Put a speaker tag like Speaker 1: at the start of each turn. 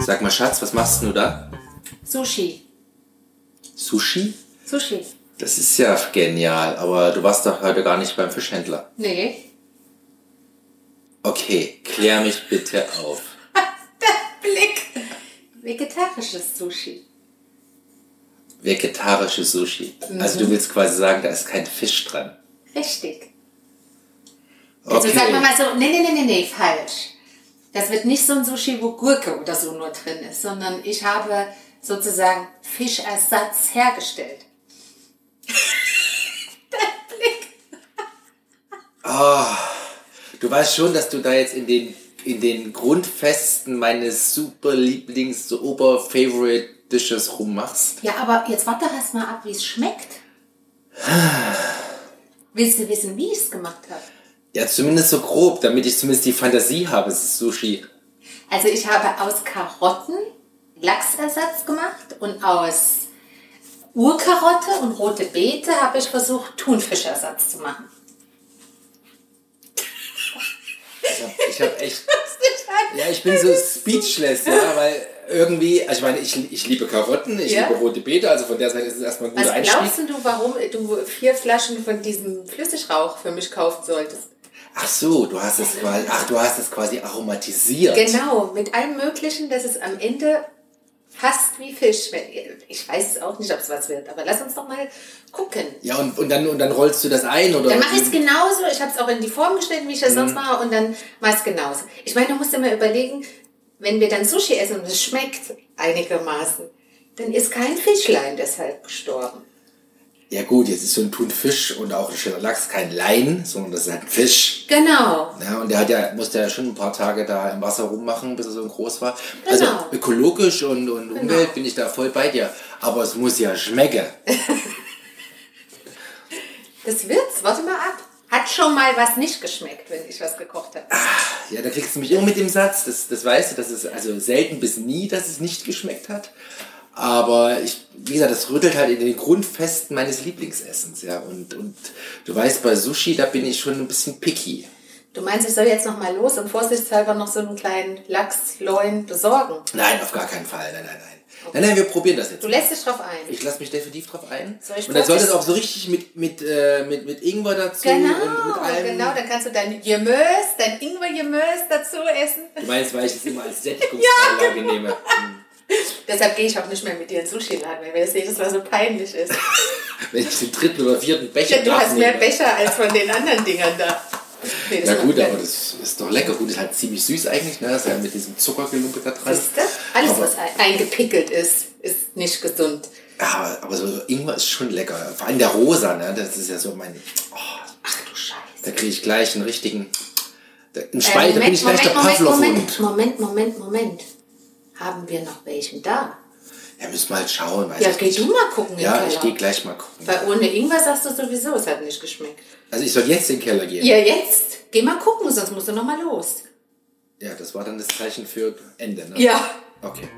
Speaker 1: Sag mal, Schatz, was machst denn du da?
Speaker 2: Sushi.
Speaker 1: Sushi?
Speaker 2: Sushi.
Speaker 1: Das ist ja genial, aber du warst doch heute gar nicht beim Fischhändler.
Speaker 2: Nee.
Speaker 1: Okay, klär mich bitte auf.
Speaker 2: Der Blick. Vegetarisches Sushi.
Speaker 1: Vegetarische Sushi. Also
Speaker 2: Mhm.
Speaker 1: du willst quasi sagen, da ist kein Fisch dran.
Speaker 2: Richtig. Also sagen
Speaker 1: Okay.
Speaker 2: wir mal so, nee, nee, nee, nee, nee, falsch. Das wird nicht so ein Sushi, wo Gurke oder so nur drin ist, sondern ich habe sozusagen Fischersatz hergestellt.
Speaker 1: Du weißt schon, dass du da jetzt in den, in den Grundfesten meines super Lieblings, so Ober-Favorite Dishes rummachst.
Speaker 2: Ja, aber jetzt warte doch erst mal ab, wie es schmeckt. Willst du wissen, wie ich es gemacht habe?
Speaker 1: Ja, zumindest so grob, damit ich zumindest die Fantasie habe, es ist Sushi.
Speaker 2: Also ich habe aus Karotten Lachsersatz gemacht und aus Urkarotte und rote Beete habe ich versucht, Thunfischersatz zu machen.
Speaker 1: Ich hab- Ich habe echt.
Speaker 2: halt
Speaker 1: Ja, ich bin so speechless, ja, weil irgendwie, also ich meine, ich, ich liebe Karotten, ich
Speaker 2: Ja.
Speaker 1: liebe rote Beete, also von der Seite ist es erstmal ein guter
Speaker 2: Was
Speaker 1: Einstieg.
Speaker 2: glaubst du, warum du vier Flaschen von diesem Flüssigrauch für mich kaufen solltest?
Speaker 1: Ach so, du hast es quasi, ach, du hast es quasi aromatisiert.
Speaker 2: Genau, mit allem Möglichen, dass es am Ende fast wie Fisch schmeckt. Ich weiß es auch nicht, ob es was wird, aber lass uns doch mal gucken.
Speaker 1: Ja, und, und, dann, und dann rollst du das ein, oder?
Speaker 2: Dann mache ich es genauso. Ich habe es auch in die Form geschnitten, wie
Speaker 1: Mhm.
Speaker 2: ich das sonst mache, und dann mache ich es genauso. Ich meine, du musst dir mal überlegen, wenn wir dann Sushi essen und es schmeckt einigermaßen, dann ist kein Fischlein deshalb gestorben.
Speaker 1: Ja gut, jetzt ist so ein Thunfisch und auch ein schöner Lachs kein Lein, sondern das ist halt ein Fisch.
Speaker 2: Genau.
Speaker 1: Ja, und der hat ja, musste ja schon ein paar Tage da im Wasser rummachen, bis er so groß war. Also
Speaker 2: Genau.
Speaker 1: ökologisch und, und Umwelt bin ich da voll bei dir. Aber es muss ja schmecken.
Speaker 2: Das wird's. Warte mal ab. Hat schon mal was nicht geschmeckt, wenn ich was gekocht habe.
Speaker 1: Ja, da kriegst du mich immer mit dem Satz. Das, das weißt du, dass es also selten bis nie, dass es nicht geschmeckt hat. Aber ich, wie gesagt, das rüttelt halt in den Grundfesten meines Lieblingsessens, ja. Und, und du weißt, bei Sushi, da bin ich schon ein bisschen picky.
Speaker 2: Du meinst, ich soll jetzt noch mal los und vorsichtshalber noch so einen kleinen Lachsloin besorgen?
Speaker 1: Nein, auf gar keinen Fall. Nein, nein, nein. Nein, nein, wir probieren das jetzt.
Speaker 2: Du lässt dich drauf ein.
Speaker 1: Ich lasse mich definitiv drauf ein.
Speaker 2: Soll ich
Speaker 1: und dann sollte es
Speaker 2: praktisch-
Speaker 1: auch so richtig mit, mit, äh, mit, mit Ingwer dazu
Speaker 2: Genau,
Speaker 1: und mit allem.
Speaker 2: genau, dann kannst du dein Gemüse, dein Ingwer-Gemüse dazu essen.
Speaker 1: Du meinst, weil ich es immer als Sättigungsbeilage
Speaker 2: genau.
Speaker 1: nehme. Hm.
Speaker 2: Deshalb gehe ich auch nicht mehr mit dir in Sushi laden, weil mir das jedes Mal so peinlich ist.
Speaker 1: Wenn ich den dritten oder vierten Becher
Speaker 2: Denn du
Speaker 1: Glas
Speaker 2: hast mehr
Speaker 1: nehme.
Speaker 2: Becher als von den anderen Dingern da. Nee, das
Speaker 1: Ja
Speaker 2: macht
Speaker 1: gut,
Speaker 2: keinen-
Speaker 1: aber das ist doch lecker. Gut, ist halt ziemlich süß eigentlich, ne? Ist ja mit diesem Zuckergelumpe da dran.
Speaker 2: Siehst du? Alles,
Speaker 1: aber,
Speaker 2: was ein- eingepickelt ist, ist nicht gesund.
Speaker 1: ja, aber so Ingwer ist schon lecker. Vor allem der rosa, ne? Das ist ja so mein. Oh,
Speaker 2: Ach du Scheiße.
Speaker 1: da kriege ich gleich einen richtigen. da- Einen
Speaker 2: Äh,
Speaker 1: Speicher, da bin ich gleich der
Speaker 2: Moment,
Speaker 1: Pavlov-Hund.
Speaker 2: Moment, Moment, Moment. Haben wir noch welchen da?
Speaker 1: Ja, müssen wir halt schauen. Weiß
Speaker 2: Ja,
Speaker 1: ich
Speaker 2: geh
Speaker 1: nicht.
Speaker 2: du mal gucken in den
Speaker 1: Ja, ich
Speaker 2: Keller.
Speaker 1: gehe gleich mal gucken.
Speaker 2: Weil ohne Ingwer sagst du sowieso, es hat nicht geschmeckt.
Speaker 1: Also ich soll jetzt in den Keller gehen.
Speaker 2: Ja, jetzt geh mal gucken, sonst musst du noch mal los.
Speaker 1: Ja, das war dann das Zeichen für Ende, ne?
Speaker 2: Ja.
Speaker 1: Okay.